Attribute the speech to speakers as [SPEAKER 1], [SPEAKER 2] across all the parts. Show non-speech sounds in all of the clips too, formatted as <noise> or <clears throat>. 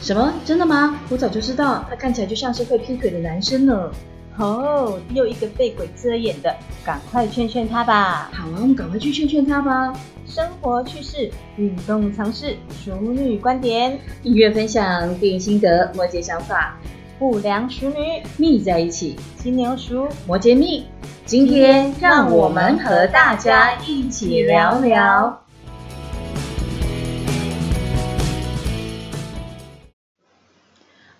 [SPEAKER 1] 什么？真的吗？我早就知道，他看起来就像是会劈腿的男生呢。
[SPEAKER 2] 哦，又一个被鬼遮眼的，赶快劝劝他吧。
[SPEAKER 1] 好啊，我们赶快去劝劝他吧。
[SPEAKER 2] 生活趣事、运动常识、熟女观点、
[SPEAKER 1] 音乐分享、电影心得、摩羯想法，
[SPEAKER 2] 不良熟女、
[SPEAKER 1] 密在一起，
[SPEAKER 2] 金牛熟。
[SPEAKER 1] 摩羯密。今天让我们和大家一起聊聊。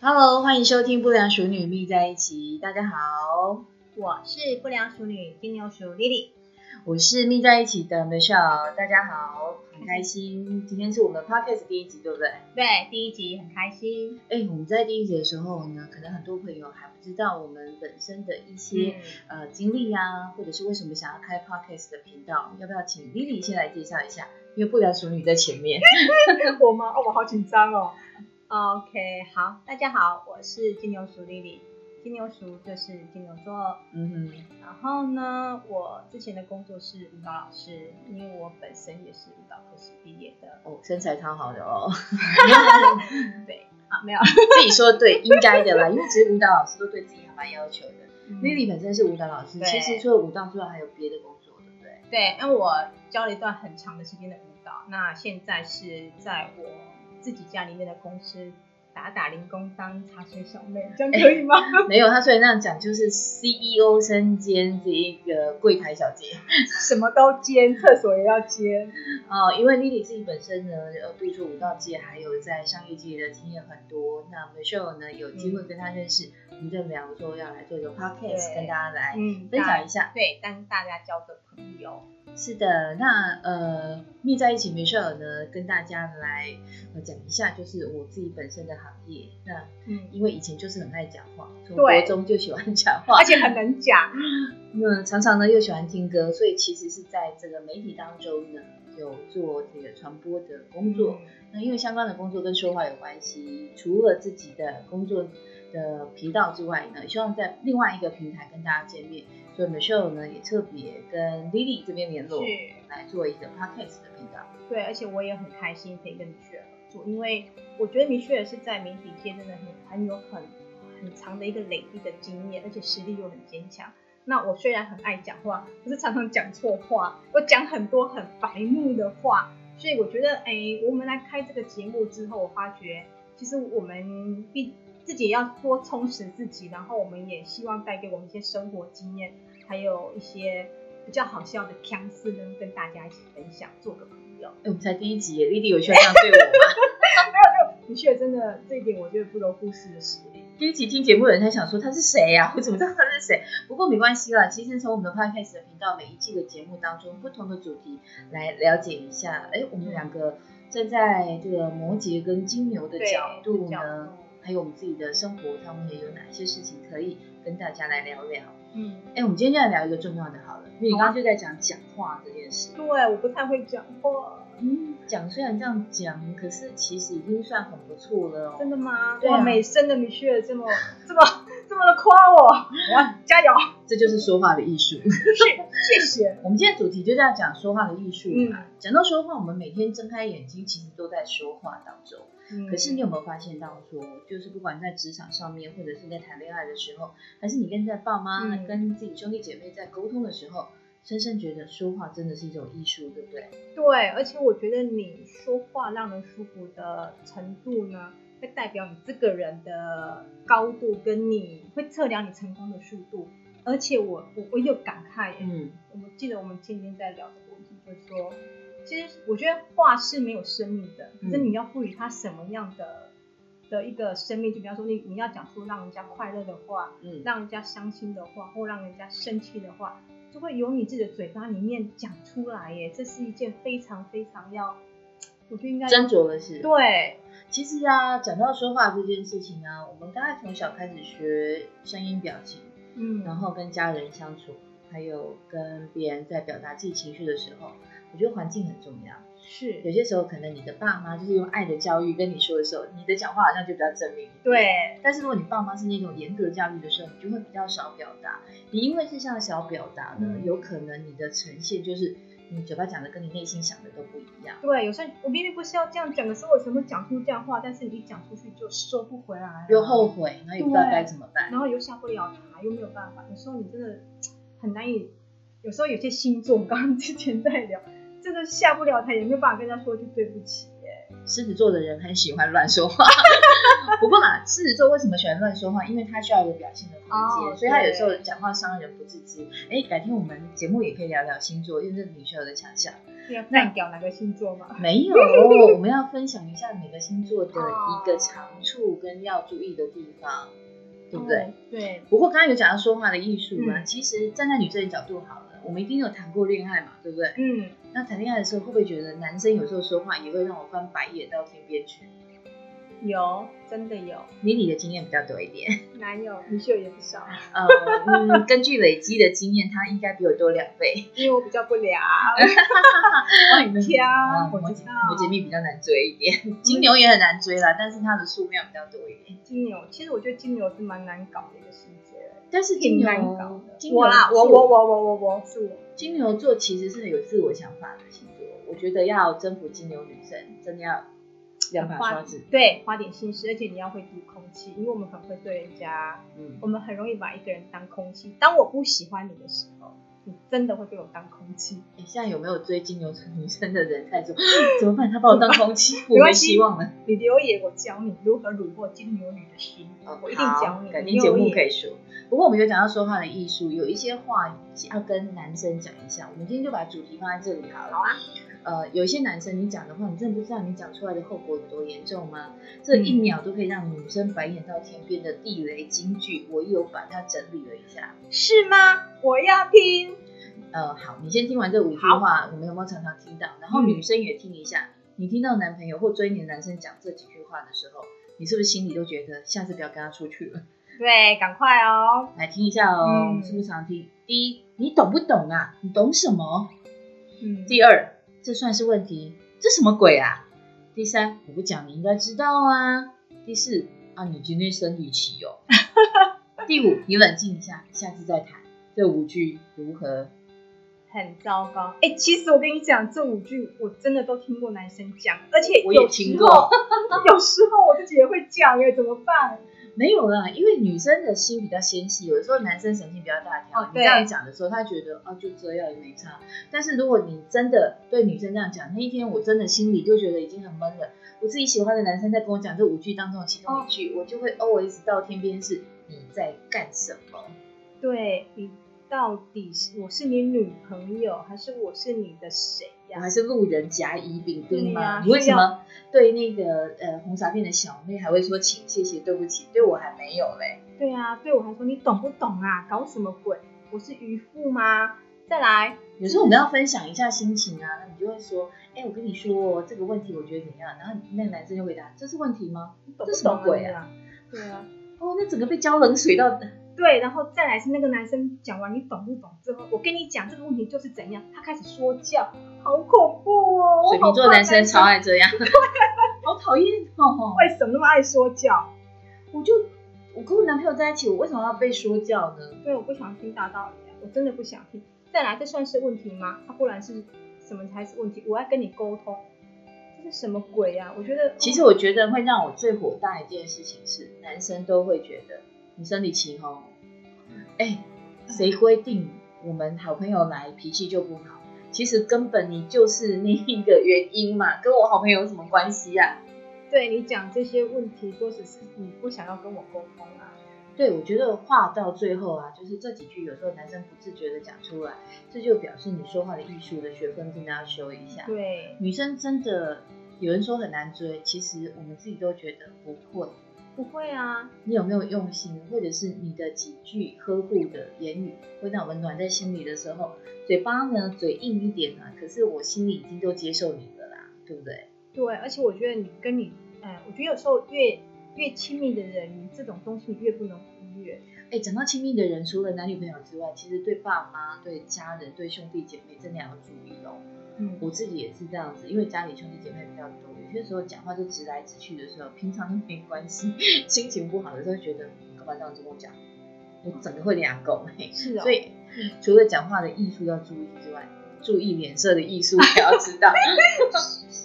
[SPEAKER 1] Hello，欢迎收听《不良熟女密在一起》，大家好，
[SPEAKER 2] 我是不良熟女金牛熟 Lily。
[SPEAKER 1] 我是密在一起的 Michelle，大家好，很开心，今天是我们 Podcast 第一集，对不对？
[SPEAKER 2] 对，第一集很开心。
[SPEAKER 1] 哎，我们在第一集的时候呢，可能很多朋友还不知道我们本身的一
[SPEAKER 2] 嗯
[SPEAKER 1] 些、呃经历呀、或者是为什么想要开 Podcast 的频道，要不要请 Lily 先来介绍一下？因为不良熟女在前面，
[SPEAKER 2] 嗯，我 <laughs> 吗？哦，我好紧张哦。OK，好，大家好，我是金牛熟 Lily。金牛熟就是金牛座，
[SPEAKER 1] 嗯哼，
[SPEAKER 2] 然后呢，我之前的工作是舞蹈老师，因为我本身也是舞蹈科系毕业的。
[SPEAKER 1] 哦，身材超好的哦， <laughs>
[SPEAKER 2] 对啊，没有。
[SPEAKER 1] 自己说的对，应该的啦，因为其实舞蹈老师都对自己还蛮要求的。Lily
[SPEAKER 2] 嗯
[SPEAKER 1] 本身是舞蹈老师，
[SPEAKER 2] 对
[SPEAKER 1] 其实除了舞蹈之外，还有别的工作，对不对？ <laughs>
[SPEAKER 2] 对，因为我教了一段很长的时间的舞蹈，那现在是在我自己家里面的公司打打零工当茶水小妹，这样可以吗？
[SPEAKER 1] 没有，他虽然那样讲，就是 CEO 身兼这一个柜台小姐
[SPEAKER 2] 什么都兼，厕所也要兼。
[SPEAKER 1] 啊、因为 Lily 自己本身呢，呃，对说舞蹈界还有在商业界的经验很多。那 Michelle 呢，有机会跟他认识，我们就聊说要来做一个 podcast，
[SPEAKER 2] 嗯对
[SPEAKER 1] 跟大家来
[SPEAKER 2] 嗯，
[SPEAKER 1] 分享一下。
[SPEAKER 2] 对，当大家交个朋友。
[SPEAKER 1] 是的，那呃，密在一起没事儿呢，跟大家来、呃、讲一下，就是我自己本身的行业。那
[SPEAKER 2] 嗯，
[SPEAKER 1] 因为以前就是很爱讲话，从国
[SPEAKER 2] 对
[SPEAKER 1] 中就喜欢讲话
[SPEAKER 2] 而，且很能讲。
[SPEAKER 1] 嗯那常常呢又喜欢听歌，所以其实是在这个媒体当中呢，有做这个传播的工作。那因为相关的工作跟说话有关系，除了自己的工作的频道之外呢，希望在另外一个平台跟大家见面。所以 Michelle 呢也特别跟 Lily 这边联络，
[SPEAKER 2] 是。
[SPEAKER 1] 来做一个 podcast 的频道。
[SPEAKER 2] 对，而且我也很开心可以跟米雪儿合作，因为我觉得米雪儿是在媒体界真的很很有很很长的一个累积的经验，而且实力又很坚强。那我虽然很爱讲话，可是常常讲错话，我讲很多很白目的话，所以我觉得，哎，我们来开这个节目之后，我发觉其实我们必自己也要多充实自己，然后我们也希望带给我们一些生活经验，还有一些比较好笑的腔事，能跟大家一起分享，做个朋友。
[SPEAKER 1] 哎，我们才第一集耶，Lily 有需要这样对我吗？
[SPEAKER 2] 的确，真的这一点我觉得不容忽视的实力。
[SPEAKER 1] 第一集听节目的人才想说他是谁呀、 <laughs> 我怎么知道他是谁？不过没关系啦，其实从我们的 podcast 的频道每一季的节目当中，不同的主题来了解一下。哎，我们两个站在这个摩羯跟金牛的角度
[SPEAKER 2] 角
[SPEAKER 1] 呢，
[SPEAKER 2] 度
[SPEAKER 1] 还有我们自己的生活上面有哪些事情可以跟大家来聊聊？
[SPEAKER 2] 嗯，
[SPEAKER 1] 哎，我们今天就来聊一个重要的好了，因为你刚刚就在讲讲话这件事。
[SPEAKER 2] 对，我不太会讲话，
[SPEAKER 1] 嗯，讲虽然这样讲，可是其实已经算很不错了哦。
[SPEAKER 2] 真的吗？
[SPEAKER 1] 对啊
[SPEAKER 2] 哇，美声的米雪这么这么这么的夸我，我要 <laughs> 加油，
[SPEAKER 1] 这就是说话的艺术。
[SPEAKER 2] 谢谢。
[SPEAKER 1] 我们今天主题就在讲说话的艺术嘛。
[SPEAKER 2] 嗯
[SPEAKER 1] 讲到说话，我们每天睁开眼睛，其实都在说话当中。
[SPEAKER 2] 嗯
[SPEAKER 1] 可是你有没有发现到说，就是不管在职场上面，或者是在谈恋爱的时候，还是你跟在爸妈、
[SPEAKER 2] 嗯
[SPEAKER 1] 跟自己兄弟姐妹在沟通的时候，深深觉得说话真的是一种艺术，对不对？
[SPEAKER 2] 对，而且我觉得你说话让人舒服的程度呢，会代表你这个人的高度，跟你会测量你成功的速度。而且我我我有感慨耶，
[SPEAKER 1] 嗯，
[SPEAKER 2] 我们记得我们今天在聊的问题，就是说，其实我觉得话是没有生命的，可
[SPEAKER 1] 嗯
[SPEAKER 2] 是你要赋予它什么样的的一个生命？就比方说你你要讲出让人家快乐的话，
[SPEAKER 1] 嗯
[SPEAKER 2] 让人家伤心的话，或让人家生气的话，就会由你自己的嘴巴里面讲出来耶。这是一件非常非常要，我觉得应该
[SPEAKER 1] 斟酌的是，
[SPEAKER 2] 对，
[SPEAKER 1] 其实啊，讲到说话这件事情啊，我们大概从小开始学声音表情，
[SPEAKER 2] 嗯，
[SPEAKER 1] 然后跟家人相处，还有跟别人在表达自己情绪的时候，我觉得环境很重要。
[SPEAKER 2] 是
[SPEAKER 1] 有些时候可能你的爸妈就是用爱的教育跟你说的时候，你的讲话好像就比较正面。。
[SPEAKER 2] 对，
[SPEAKER 1] 但是如果你爸妈是那种严格教育的时候，你就会比较少表达。你因为是像小表达呢，
[SPEAKER 2] 嗯
[SPEAKER 1] 有可能你的呈现就是你嘴巴讲的跟你内心想的都不一样。
[SPEAKER 2] 对，有时候我明明不是要这样讲，可是我全部讲出这样话，但是你一讲出去就收不回来了，
[SPEAKER 1] 又后悔，然后也不知道该怎么办。
[SPEAKER 2] 然后又下不了台，又没有办法。有时候你真的很难以，有时候有些星座，我刚刚之前在聊，真的下不了台，也没有办法跟他说句对不起耶。
[SPEAKER 1] 狮子座的人很喜欢乱说话， <laughs> 不过嘛，狮子座为什么喜欢乱说话？因为他需要有表现的空间，
[SPEAKER 2] 哦
[SPEAKER 1] 所以他有时候
[SPEAKER 2] 对
[SPEAKER 1] 讲话伤人不自知。哎，改天我们节目也可以聊聊星座，因为这是女秀的强项。
[SPEAKER 2] 你要干掉哪个星座吗？
[SPEAKER 1] 没有，哦我们要分享一下每个星座的一
[SPEAKER 2] 哦
[SPEAKER 1] 个长处跟要注意的地方，对不对？
[SPEAKER 2] 哦？对，
[SPEAKER 1] 不过刚刚有讲到说话的艺术嘛，
[SPEAKER 2] 嗯
[SPEAKER 1] 其实站在女生的角度好了，我们一定有谈过恋爱嘛，对不对？
[SPEAKER 2] 嗯，
[SPEAKER 1] 那谈恋爱的时候，会不会觉得男生有时候说话也会让我翻白眼到天边去？
[SPEAKER 2] 有，真的有，
[SPEAKER 1] 你你的经验比较多一点，
[SPEAKER 2] 哪有？你秀也不少，
[SPEAKER 1] 呃，
[SPEAKER 2] <laughs>
[SPEAKER 1] 嗯，根据累积的经验，他应该比我多两倍。
[SPEAKER 2] 因为我比较不良，
[SPEAKER 1] 哇，你 <laughs>
[SPEAKER 2] 挑
[SPEAKER 1] 啊，
[SPEAKER 2] 我
[SPEAKER 1] 摩
[SPEAKER 2] 知
[SPEAKER 1] 羯
[SPEAKER 2] 道
[SPEAKER 1] 摩羯蜜比较难追一点，金牛也很难追啦，但是它的数量比较多一点。
[SPEAKER 2] 金牛，其实我觉得金牛是蛮难搞的一个星座，
[SPEAKER 1] 但是金
[SPEAKER 2] 挺
[SPEAKER 1] 牛
[SPEAKER 2] 难搞的，。
[SPEAKER 1] 金牛
[SPEAKER 2] 我啦，
[SPEAKER 1] 座
[SPEAKER 2] 我我我我我我是我，
[SPEAKER 1] 金牛座其实是有自我想法的星座，我觉得要征服金牛女生，真的要两把刷子。
[SPEAKER 2] 对，花点心思，而且你要会读空气，因为我们很会对人家，
[SPEAKER 1] 嗯
[SPEAKER 2] 我，们很容易把一个人当空气。当我不喜欢你的时候，你真的会被我当空气。
[SPEAKER 1] 诶现在有没有追金牛座女生的人在
[SPEAKER 2] <laughs>
[SPEAKER 1] 说怎么办？他把我当空气，我
[SPEAKER 2] 没
[SPEAKER 1] 没
[SPEAKER 2] 关系
[SPEAKER 1] 希望了。
[SPEAKER 2] 你留言，我教你如何虏获金牛女的心，我一定
[SPEAKER 1] 哦好
[SPEAKER 2] 教你。
[SPEAKER 1] 改
[SPEAKER 2] 你
[SPEAKER 1] 天节目
[SPEAKER 2] 留
[SPEAKER 1] 可
[SPEAKER 2] 言
[SPEAKER 1] 以说。不过我们有讲到说话的艺术，有一些话要跟男生讲一下。我们今天就把主题放在这里好了。
[SPEAKER 2] 好啊，
[SPEAKER 1] 呃，有一些男生你讲的话，你真的不知道你讲出来的后果有多严重吗？这一秒都可以让女生白眼到天边的地雷金句，我有把它整理了一下。
[SPEAKER 2] 是吗？我要听。
[SPEAKER 1] 呃，好，你先听完这五句话，我们有没有常常听到？然后
[SPEAKER 2] 嗯
[SPEAKER 1] 女生也听一下，你听到男朋友或追你的男生讲这几句话的时候，你是不是心里都觉得下次不要跟他出去了？
[SPEAKER 2] 对，赶快哦。
[SPEAKER 1] 来听一下哦，
[SPEAKER 2] 嗯
[SPEAKER 1] 是不是常听？第一，你懂不懂啊？你懂什么？
[SPEAKER 2] 嗯，
[SPEAKER 1] 第二，这算是问题？这什么鬼啊？第三，我不讲你应该知道啊。第四，啊，你今天生理期
[SPEAKER 2] <laughs>
[SPEAKER 1] 哦。第五，你冷静一下，下次再谈。这五句如何？
[SPEAKER 2] 很糟糕。哎、其实我跟你讲，这五句我真的都听过男生讲，而且
[SPEAKER 1] 我也
[SPEAKER 2] 有时
[SPEAKER 1] 听
[SPEAKER 2] 候
[SPEAKER 1] 过，
[SPEAKER 2] 有时候我自己也会讲哎，怎么办？
[SPEAKER 1] 没有啦，因为女生的心比较纤细，有的时候男生神经比较大条。
[SPEAKER 2] 哦
[SPEAKER 1] 你
[SPEAKER 2] 对
[SPEAKER 1] 这样讲的时候，他觉得啊就这样也没差。但是如果你真的对女生这样讲，那一天我真的心里就觉得已经很闷了。我自己喜欢的男生在跟我讲这五句当中的其中一
[SPEAKER 2] 哦
[SPEAKER 1] 句，我就会 always 到天边是你在干什么？
[SPEAKER 2] 对你到底是我是你女朋友，还是我是你的谁
[SPEAKER 1] 我
[SPEAKER 2] 呀、
[SPEAKER 1] 还是路人甲乙丙丁
[SPEAKER 2] 对
[SPEAKER 1] 吗？
[SPEAKER 2] 呀
[SPEAKER 1] 你为什么对那个呃红茶店的小妹还会说请谢谢对不起？对我还没有嘞。
[SPEAKER 2] 对啊，对我还说你懂不懂啊？搞什么鬼？我是渔夫吗？再来，
[SPEAKER 1] 有时候我们要分享一下心情啊，那你就会说，哎、我跟你说哦这个问题我觉得怎样，然后那个男生就回答，这是问题吗？
[SPEAKER 2] 你懂
[SPEAKER 1] 这
[SPEAKER 2] 不
[SPEAKER 1] 什么
[SPEAKER 2] 懂啊
[SPEAKER 1] 鬼
[SPEAKER 2] 你
[SPEAKER 1] 啊
[SPEAKER 2] 啊？对
[SPEAKER 1] <laughs>
[SPEAKER 2] 啊，
[SPEAKER 1] 哦，那整个被浇冷水到，
[SPEAKER 2] 对，然后再来是那个男生讲完你懂不懂之后，我跟你讲这个问题就是怎样，他开始说教，好恐怖哦！我
[SPEAKER 1] 水
[SPEAKER 2] 好
[SPEAKER 1] 瓶座
[SPEAKER 2] 怕
[SPEAKER 1] 男生超爱这样， <laughs> 好讨厌哦。
[SPEAKER 2] 为什么那么爱说教？
[SPEAKER 1] 我就我跟我男朋友在一起，我为什么要被说教呢？
[SPEAKER 2] 对，我不想听大道理啊，我真的不想听。再来，这算是问题吗？他不然是什么才是问题？我要跟你沟通，这是什么鬼啊？我觉得
[SPEAKER 1] 其实我觉得会让我最火大一件事情是，男生都会觉得你生理期吼，哎，谁规定我们好朋友来脾气就不好？其实根本你就是那一个原因嘛，跟我好朋友有什么关系啊呀、
[SPEAKER 2] 对你讲这些问题，都只是你不想要跟我沟通啊。
[SPEAKER 1] 对，我觉得话到最后啊，就是这几句有时候男生不自觉的讲出来，这就表示你说话的艺术的学分真的要修一下。
[SPEAKER 2] 对，
[SPEAKER 1] 女生真的有人说很难追，其实我们自己都觉得不会。
[SPEAKER 2] 不会啊，
[SPEAKER 1] 你有没有用心，或者是你的几句呵护的言语，会让我们暖在心里的时候，嘴巴呢嘴硬一点啊，可是我心里已经都接受你了啦，对不对？
[SPEAKER 2] 对，而且我觉得你跟你，哎、我觉得有时候越越亲密的人，你这种东西你越不能忽略。
[SPEAKER 1] 哎，讲到亲密的人，除了男女朋友之外，其实对爸妈、对家人、对兄弟姐妹，真的要注意哦。
[SPEAKER 2] 嗯，
[SPEAKER 1] 我自己也是这样子，因为家里兄弟姐妹比较多，有些时候讲话就直来直去的时候，平常都没关系， <laughs> 心情不好的时候觉得嗯你干嘛这样子跟我讲，我整个会俩狗、欸。 <laughs>
[SPEAKER 2] 是哦，
[SPEAKER 1] 嗯所以除了讲话的艺术要注意之外，注意脸色的艺术，也要知 <laughs> 道。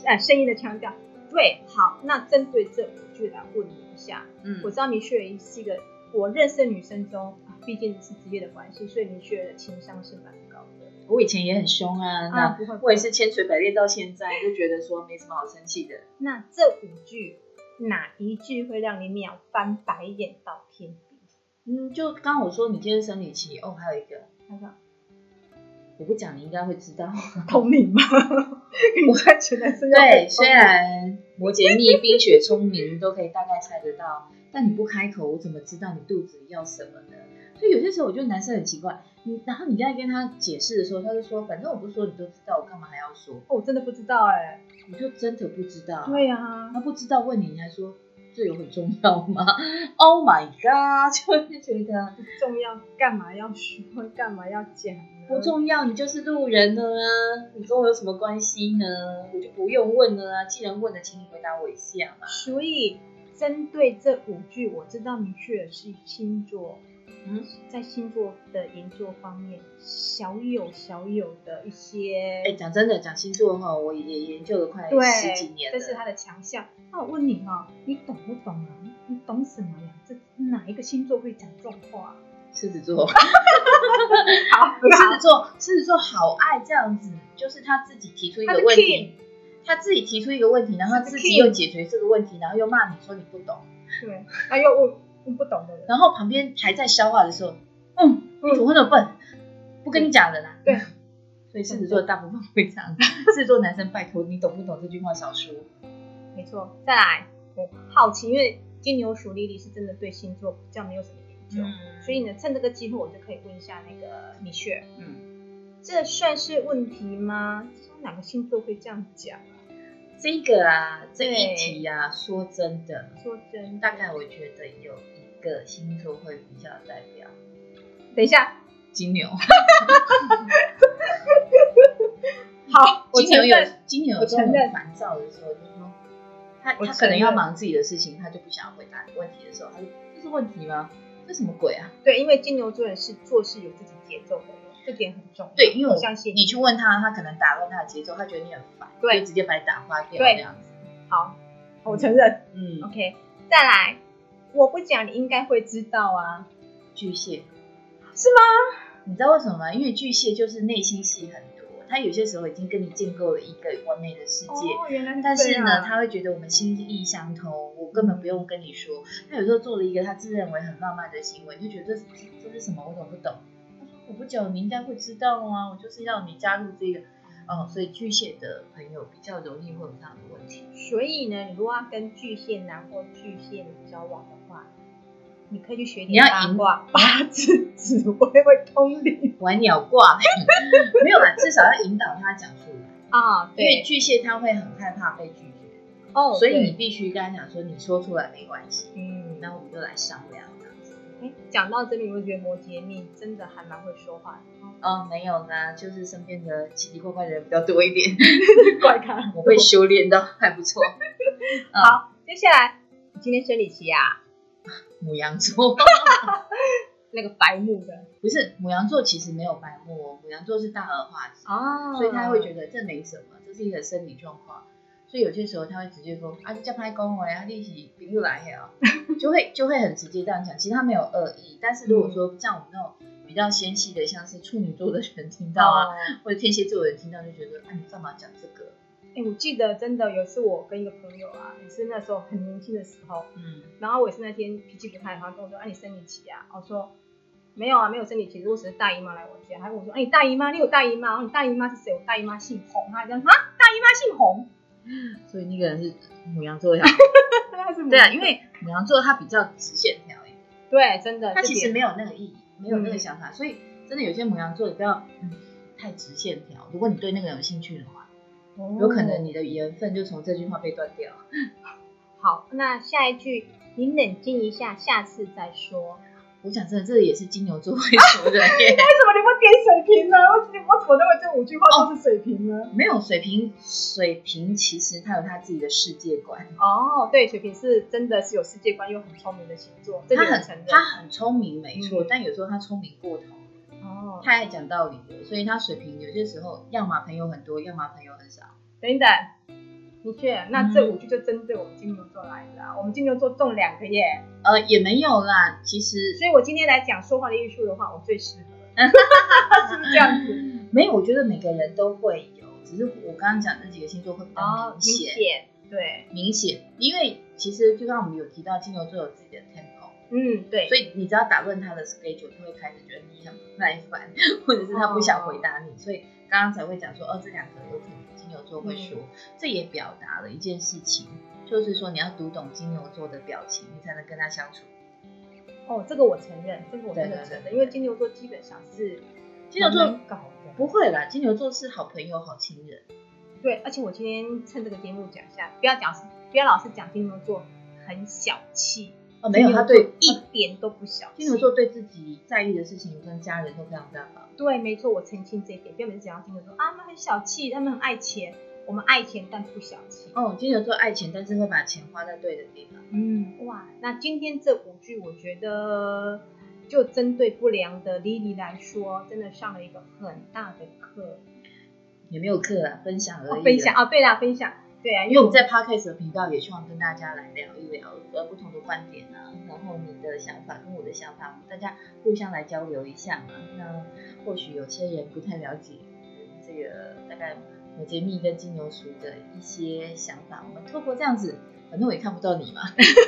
[SPEAKER 2] 呃，声音的腔调。对，好，那针对这五句来问你一下。
[SPEAKER 1] 嗯
[SPEAKER 2] 我知道米雪儿是一个我认识的女生中，啊毕竟是职业的关系，所以米雪儿的情商是蛮高的。
[SPEAKER 1] 我以前也很凶啊，
[SPEAKER 2] 啊，
[SPEAKER 1] 嗯那
[SPEAKER 2] 不会，不
[SPEAKER 1] 我
[SPEAKER 2] 会
[SPEAKER 1] 也。是千锤百炼到现在，就觉得说没什么好生气的。
[SPEAKER 2] 那这五句哪一句会让你秒翻白眼到天边？
[SPEAKER 1] 嗯，就刚刚我说你今天生理期哦，还有一个
[SPEAKER 2] 那个
[SPEAKER 1] 我不讲你应该会知道。
[SPEAKER 2] 啊通灵吗？ <laughs> 我在全男生
[SPEAKER 1] 对， <laughs> 虽然摩羯逆、冰雪聪明都可以大概猜得到，但你不开口，我怎么知道你肚子里要什么呢？所以有些时候我觉得男生很奇怪，你然后你在跟他解释的时候，他就说反正我不说你都知道，我干嘛还要说？
[SPEAKER 2] 哦，我真的不知道哎、
[SPEAKER 1] 我就真的不知道。
[SPEAKER 2] 对啊
[SPEAKER 1] 他，不知道问你，你还说这有很重要吗？Oh my god！就会觉得
[SPEAKER 2] 不重要，干嘛要说？干嘛要讲呢？
[SPEAKER 1] 不重要，你就是路人了啊，你跟我有什么关系呢？我就不用问了啊。既然问了，请你回答我一下嘛。
[SPEAKER 2] 所以针对这五句，我知道明确的是星座，
[SPEAKER 1] 嗯，
[SPEAKER 2] 在星座的研究方面，小有小有的一些，
[SPEAKER 1] 哎，讲真的，讲星座哈，我也研究了快
[SPEAKER 2] 对，
[SPEAKER 1] 十几年了。
[SPEAKER 2] 这是他的强项。那我问你哈、你懂不懂啊？你懂什么呀？这哪一个星座会讲这种话？
[SPEAKER 1] 狮子
[SPEAKER 2] <laughs>
[SPEAKER 1] 座，
[SPEAKER 2] 好，
[SPEAKER 1] 狮子座，狮子座好爱这样子，就是他自己提出一
[SPEAKER 2] 他
[SPEAKER 1] 个
[SPEAKER 2] 是
[SPEAKER 1] 问
[SPEAKER 2] king，
[SPEAKER 1] 题，他自己提出一个问题，然后他
[SPEAKER 2] 他是
[SPEAKER 1] 自己
[SPEAKER 2] king
[SPEAKER 1] 又解决这个问题，然后又骂你说你不懂，
[SPEAKER 2] 对，那又问问不懂的人，
[SPEAKER 1] 然后旁边还在消化的时候，嗯，你怎么那么笨？不跟你讲的啦。
[SPEAKER 2] 对，
[SPEAKER 1] 所以狮子座大部分会这
[SPEAKER 2] <laughs>
[SPEAKER 1] 样子。狮子座男生，拜托你懂不懂这句话少说。
[SPEAKER 2] 嗯没错。再来，我好奇，因为金牛属莉莉是真的对星座比较没有什么研究，
[SPEAKER 1] 嗯
[SPEAKER 2] 所以呢，趁这个机会我就可以问一下那个米雪儿。
[SPEAKER 1] 嗯，
[SPEAKER 2] 这算是问题吗？哪个星座会这样讲啊？
[SPEAKER 1] 这个啊，这一
[SPEAKER 2] 对
[SPEAKER 1] 题啊，说真的，
[SPEAKER 2] 说真的，
[SPEAKER 1] 大概我觉得有一个星座会比较代表
[SPEAKER 2] 等一下，
[SPEAKER 1] 金牛。
[SPEAKER 2] 好，我
[SPEAKER 1] 金牛
[SPEAKER 2] 承
[SPEAKER 1] 有
[SPEAKER 2] 认，
[SPEAKER 1] 金牛有
[SPEAKER 2] 我
[SPEAKER 1] 时候
[SPEAKER 2] 承认
[SPEAKER 1] 很烦躁的时候，就是说他
[SPEAKER 2] 我
[SPEAKER 1] 他可
[SPEAKER 2] 承
[SPEAKER 1] 能要
[SPEAKER 2] 认
[SPEAKER 1] 忙自己的事情，他就不想要回答你问题的时候，他就这是问题吗？这什么鬼啊？
[SPEAKER 2] 对，因为金牛座人是做事有自己节奏的人，这点很重要。
[SPEAKER 1] 对，因为
[SPEAKER 2] 我
[SPEAKER 1] 我
[SPEAKER 2] 相信
[SPEAKER 1] 你去问他，他可能打乱他的节奏，他觉得你很烦，
[SPEAKER 2] 对
[SPEAKER 1] 就直接把你打发掉
[SPEAKER 2] 对
[SPEAKER 1] 这样子。
[SPEAKER 2] 好，我承认。
[SPEAKER 1] 嗯，
[SPEAKER 2] OK，再来，我不讲你应该会知道啊，
[SPEAKER 1] 巨蟹，
[SPEAKER 2] 是吗？
[SPEAKER 1] 你知道为什么吗？因为巨蟹就是内心戏很多，他有些时候已经跟你建构了一个完美的世界。
[SPEAKER 2] 哦，原来
[SPEAKER 1] 但
[SPEAKER 2] 这
[SPEAKER 1] 是
[SPEAKER 2] 样
[SPEAKER 1] 呢，啊他会觉得我们心意相通，我根本不用跟你说。他有时候做了一个他自认为很浪漫的行为，你就觉得这是这是什么？我怎么不懂？他说我不久你应该会知道啊，我就是要你加入这个哦。所以巨蟹的朋友比较容易会有这样的问题。
[SPEAKER 2] 所以呢，你如果要跟巨蟹男或巨蟹女交往的话，你可以去学
[SPEAKER 1] 你要
[SPEAKER 2] 点八
[SPEAKER 1] 赢
[SPEAKER 2] 卦、八字、紫微、会通灵
[SPEAKER 1] 玩鸟卦， <laughs> 没有啦，至少要引导他讲出来，
[SPEAKER 2] <laughs> 啊。
[SPEAKER 1] 因为巨蟹他会很害怕被拒绝，
[SPEAKER 2] 哦，
[SPEAKER 1] 所以
[SPEAKER 2] 对
[SPEAKER 1] 你必须跟他讲说你说出来没关系，
[SPEAKER 2] 嗯，
[SPEAKER 1] 那我们就来商量这样子。
[SPEAKER 2] 哎，讲到这里，我觉得摩羯蜜真的还蛮会说话的，
[SPEAKER 1] 哦，没有啦，就是身边的奇奇怪怪的人比较多一 <laughs> 点，
[SPEAKER 2] <laughs> 怪咖
[SPEAKER 1] 我会修炼到还不错。
[SPEAKER 2] 接下来，你今天生理期啊，
[SPEAKER 1] 母羊座 <laughs>
[SPEAKER 2] 那个白目的
[SPEAKER 1] 不是母羊座，其实没有白目哦，母羊座是大而化之，
[SPEAKER 2] 哦
[SPEAKER 1] 所以他会觉得
[SPEAKER 2] 得
[SPEAKER 1] 这没什么，这是一个生理状况。所以有些时候他会直接说啊，叫拍公我呀，利息比又来
[SPEAKER 2] <laughs>
[SPEAKER 1] 呀，就会就会很直接这样讲。其实他没有恶意，但是如
[SPEAKER 2] 嗯
[SPEAKER 1] 果说像我们那种比较纤细的，像是处女座的人听到啊，
[SPEAKER 2] 哦。
[SPEAKER 1] 或者天蝎座的人听到，就觉得啊，你干嘛讲这个？
[SPEAKER 2] 哎，我记得真的有一次，我跟一个朋友啊，也是那时候很年轻的时候，
[SPEAKER 1] 嗯，
[SPEAKER 2] 然后我也是那天脾气不太好，他跟我说：“啊，你生理期啊？”我说：“没有啊，没有生理期，我只是大姨妈来我家。”他跟我说：“哎，你大姨妈，你有大姨妈？然后你大姨妈是谁？我大姨妈姓洪。”他就说：“啊，大姨妈姓洪。
[SPEAKER 1] 所以那个人是母羊
[SPEAKER 2] <laughs>
[SPEAKER 1] 座的小孩。”
[SPEAKER 2] 他是母
[SPEAKER 1] 对啊，因为母羊座它比较直线条一点，
[SPEAKER 2] 对，真的，
[SPEAKER 1] 它其实
[SPEAKER 2] 这点嗯
[SPEAKER 1] 没有那个意义，没有那个想法，所以真的有些母羊座你不要、嗯、太直线条。如果你对那个有兴趣的话，有可
[SPEAKER 2] 哦
[SPEAKER 1] 能你的缘分就从这句话被断掉。
[SPEAKER 2] 好，那下一句你冷静一下，下次再说。
[SPEAKER 1] 我讲真的，这也是金牛座会说的
[SPEAKER 2] <laughs>
[SPEAKER 1] 耶，
[SPEAKER 2] 为什么你不点水瓶呢？我怎我怎么认为这五句话都是水瓶呢？
[SPEAKER 1] 没有水瓶，水瓶其实他有他自己的世界观，
[SPEAKER 2] 哦，对，水瓶是真的是有世界观又很聪明的星座，这
[SPEAKER 1] 他
[SPEAKER 2] 点我
[SPEAKER 1] 很
[SPEAKER 2] 承认。
[SPEAKER 1] 他很聪明没错，
[SPEAKER 2] 嗯
[SPEAKER 1] 但有时候他聪明过头。
[SPEAKER 2] 哦，
[SPEAKER 1] 太爱讲道理了，所以他水平有些时候要么朋友很多，要么朋友很少。
[SPEAKER 2] 等一等，的确，那
[SPEAKER 1] 嗯
[SPEAKER 2] 这五句就针对我们金牛座来的啊、我们金牛座中两个耶，
[SPEAKER 1] 呃，也没有啦，其实
[SPEAKER 2] 所以我今天来讲说话的艺术的话，我最适合，
[SPEAKER 1] <laughs>
[SPEAKER 2] 是不是这样子？
[SPEAKER 1] <clears throat> 没有，我觉得每个人都会有，只是我刚刚讲那几个星座会比较
[SPEAKER 2] 哦，
[SPEAKER 1] 明
[SPEAKER 2] 明
[SPEAKER 1] 显，
[SPEAKER 2] 显，对，
[SPEAKER 1] 明显，因为其实就像我们有提到，金牛座有自己的 tempo，
[SPEAKER 2] 嗯，对，
[SPEAKER 1] 所以你只要打乱他的 schedule，他会开始觉得你很不耐烦， <laughs> 或者是他不想回答你，所以刚刚才会讲说，哦，这两个有可能金牛座会说，这也表达了一件事情，就是说你要读懂金牛座的表情，你才能跟他相处。
[SPEAKER 2] 哦，这个我承认，这个我真的
[SPEAKER 1] 对对
[SPEAKER 2] 承
[SPEAKER 1] 对
[SPEAKER 2] 认，因为金牛座基本上是
[SPEAKER 1] 金牛
[SPEAKER 2] 蛮
[SPEAKER 1] 座
[SPEAKER 2] 难搞的，
[SPEAKER 1] 不会啦，金牛座是好朋友、好亲人。
[SPEAKER 2] 对，而且我今天趁这个节目讲一下，不要讲，不要老是讲金牛座很小气，
[SPEAKER 1] 哦，没有，
[SPEAKER 2] 金牛
[SPEAKER 1] 他
[SPEAKER 2] 座
[SPEAKER 1] 对
[SPEAKER 2] 一点都不小气。
[SPEAKER 1] 金牛座对自己在意的事情跟家人都非常大方。
[SPEAKER 2] 对，没错，我澄清这一点，不要每次讲到金牛座啊，他们很小气，他们很爱钱，我们爱钱但不小气。
[SPEAKER 1] 哦，金牛座爱钱，但是会把钱花在对的地方。
[SPEAKER 2] 嗯，哇，那今天这五句，我觉得就针对不良的 Lily 来说，真的上了一个很大的课。
[SPEAKER 1] 也没有课啊，分享而已、
[SPEAKER 2] 哦、分享，啊，对啦，分享，对啊，
[SPEAKER 1] 因为我们在 podcast 的频道也希望跟大家来聊一聊呃不同的观点啊，然后你的想法跟我的想法，大家互相来交流一下嘛。那或许有些人不太了解嗯这个大概摩羯蜜跟金牛属的一些想法，我们透过这样子，反正我也看不到你嘛。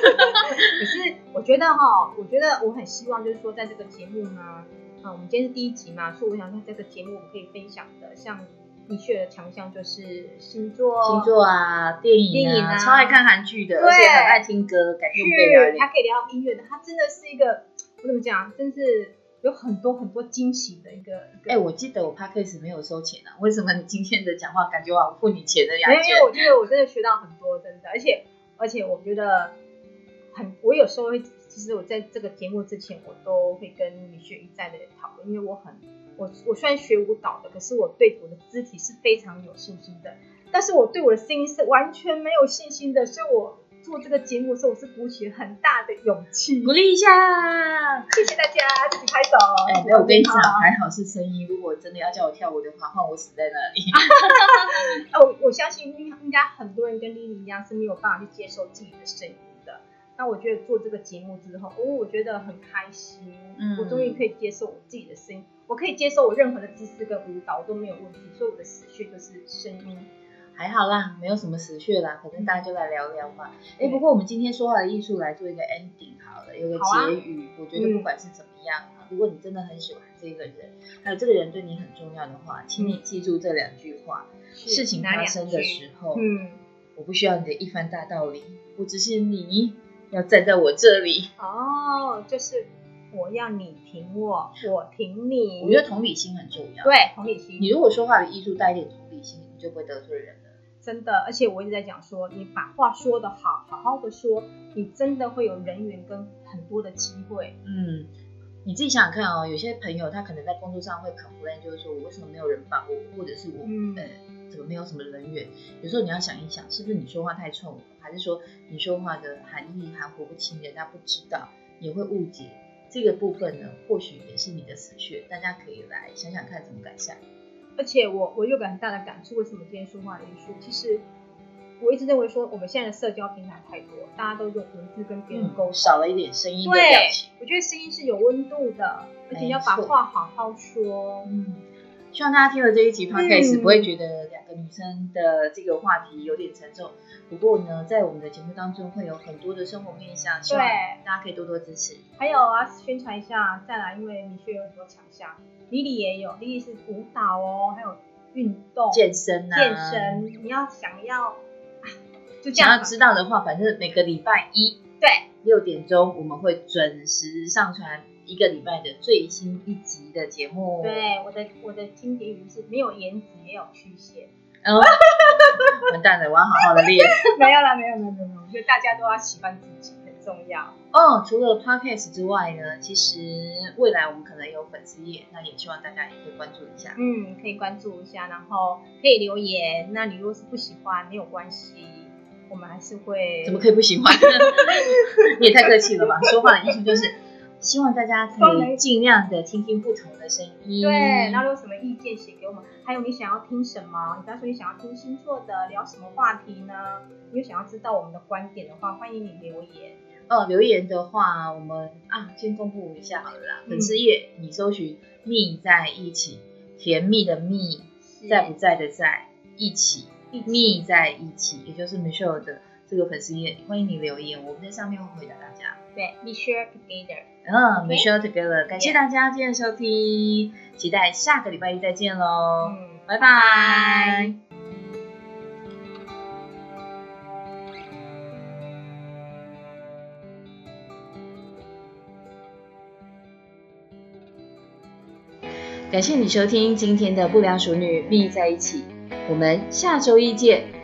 [SPEAKER 2] 可是我觉得哈，我觉得我很希望就是说，在这个节目呢，啊，我们今天是第一集嘛，所以我想在这个节目我们可以分享的，像你学的强项就是星座，
[SPEAKER 1] 星座啊，电影啊，
[SPEAKER 2] 哦电影啊
[SPEAKER 1] 超爱看韩剧的，
[SPEAKER 2] 对
[SPEAKER 1] 而且很爱听歌，改天我们可以聊一
[SPEAKER 2] 是，
[SPEAKER 1] 聊
[SPEAKER 2] 它。可以聊音乐的，它真的是一个，我怎么讲，真是有很多很多惊喜的一个一个。
[SPEAKER 1] 哎、我记得我 podcast 没有收钱啊，为什么你今天的讲话感觉好付你钱的感
[SPEAKER 2] 没有，因
[SPEAKER 1] 觉
[SPEAKER 2] 为？我觉得我真的学到很多，真的，而且而且我觉得很，我有时候会，其实我在这个节目之前，我都会跟米雪一再的讨论，因为我很，我我虽然学舞蹈的，可是我对我的肢体是非常有信心的，但是我对我的声音是完全没有信心的，所以我做这个节目的时候，我是鼓起很大的勇气
[SPEAKER 1] 鼓。励一下。啊
[SPEAKER 2] 谢谢大家，自己拍手。
[SPEAKER 1] 哎、没有，我跟你讲，
[SPEAKER 2] 啊，
[SPEAKER 1] 还好是声音。如果真的要叫我跳舞的话，换我死在那里。 <laughs>
[SPEAKER 2] 我哦我相信应应该很多人跟莉莉一样是没有办法去接受自己的声音的。那我觉得做这个节目之后，哦，我觉得很开心，
[SPEAKER 1] 嗯
[SPEAKER 2] 我终于可以接受我自己的声音，我可以接受我任何的姿势跟舞蹈我都没有问题，所以我的死穴就是声音。
[SPEAKER 1] 还好啦，没有什么死穴啦，反正大家就来聊聊吧。哎、
[SPEAKER 2] 对
[SPEAKER 1] 不过我们今天说话的艺术来做一个 ending 好了，有个
[SPEAKER 2] 好啊
[SPEAKER 1] 结语。我觉得不管是怎么样、啊，如果你真的很喜欢这个人，还有这个人对你很重要的话，请你记住这两句话。事情
[SPEAKER 2] 哪
[SPEAKER 1] 发
[SPEAKER 2] 两
[SPEAKER 1] 生的
[SPEAKER 2] 句
[SPEAKER 1] 时候，
[SPEAKER 2] 嗯，
[SPEAKER 1] 我不需要你的一番大道理，我只是你要站在我这里。
[SPEAKER 2] 哦，就是我要你挺我，我挺你。
[SPEAKER 1] 我觉得同理心很重要。，
[SPEAKER 2] 对同理心，
[SPEAKER 1] 你如果说话的艺术带一点同理心，你就不会得罪人了。
[SPEAKER 2] 真的，而且我一直在讲说，你把话说得好，好好的说，你真的会有人缘跟很多的机会。
[SPEAKER 1] 嗯，你自己想想看哦，有些朋友他可能在工作上会 complain，就是说我为什么没有人帮我，或者是我、
[SPEAKER 2] 嗯
[SPEAKER 1] 呃怎么没有什么人缘？有时候你要想一想，是不是你说话太冲，还是说你说话的含义含糊不清，人家不知道，也会误解。这个部分呢，或许也是你的死穴，大家可以来想想看怎么改善。
[SPEAKER 2] 而且我我有个很大的感触，为什么今天说话的艺术？其实我一直认为说，我们现在的社交平台太多，大家都用文字跟别人沟通，
[SPEAKER 1] 嗯少了一点声音的
[SPEAKER 2] 嗯对
[SPEAKER 1] 表情。
[SPEAKER 2] 我觉得声音是有温度的，而且要把
[SPEAKER 1] 没错
[SPEAKER 2] 话好好说。
[SPEAKER 1] 嗯，希望大家听了这一集 podcast、
[SPEAKER 2] 嗯
[SPEAKER 1] 不会觉得两个女生的这个话题有点沉重。不过呢，在我们的节目当中会有很多的生活面向，希
[SPEAKER 2] 对
[SPEAKER 1] 望，大家可以多多支持。
[SPEAKER 2] 还有啊，宣传一下，再来，因为米雪有很多强项，莉莉也有，莉莉是舞蹈哦，还有运动、
[SPEAKER 1] 健身啊，
[SPEAKER 2] 健身，你要想要，啊就这
[SPEAKER 1] 想
[SPEAKER 2] 样
[SPEAKER 1] 要
[SPEAKER 2] 吧
[SPEAKER 1] 知道的话，反正每个礼拜一
[SPEAKER 2] 对
[SPEAKER 1] 六点钟我们会准时上传一个礼拜的最新一集的节目。，
[SPEAKER 2] 对，我的我的经典语是没有颜值也有曲线，
[SPEAKER 1] 然后嗯 <laughs> 完蛋了，我要好好的练。
[SPEAKER 2] <laughs> 没有啦，没有没有没有，我觉得大家都要喜欢自己很重要。
[SPEAKER 1] 哦，除了 podcast 之外呢，其实未来我们可能有粉丝页，那也希望大家也可以关注一下。
[SPEAKER 2] 嗯，可以关注一下，然后可以留言。那你如果是不喜欢没有关系，我们还是会
[SPEAKER 1] <laughs> 怎么可以不喜欢？你也太客气了吧！说话的艺术就是希望大家可
[SPEAKER 2] 都能
[SPEAKER 1] 以尽量的听听不同的声音。
[SPEAKER 2] 对，然后有什么意见写给我们？还有你想要听什么？你比方说你想要听星座的，聊什么话题呢？你有想要知道我们的观点的话，欢迎你留言。
[SPEAKER 1] 哦，留言的话，我们啊先公布一下好了啦，
[SPEAKER 2] 嗯
[SPEAKER 1] 粉丝页你搜寻“蜜在一起”，甜蜜的蜜，
[SPEAKER 2] 是
[SPEAKER 1] 在不在的在，一起
[SPEAKER 2] 一起
[SPEAKER 1] 蜜在一起，也就是 Michelle 的这个粉丝页，欢迎你留言，我们在上面会回答大家。
[SPEAKER 2] 对，be sure together。
[SPEAKER 1] 嗯
[SPEAKER 2] OK
[SPEAKER 1] ，Michelle together，感谢
[SPEAKER 2] Yeah
[SPEAKER 1] 大家今天的收听，期待下个礼拜一再见喽。
[SPEAKER 2] 嗯，
[SPEAKER 1] 拜拜。感谢你收听今天的不良熟女蜜在一起，我们下周一见。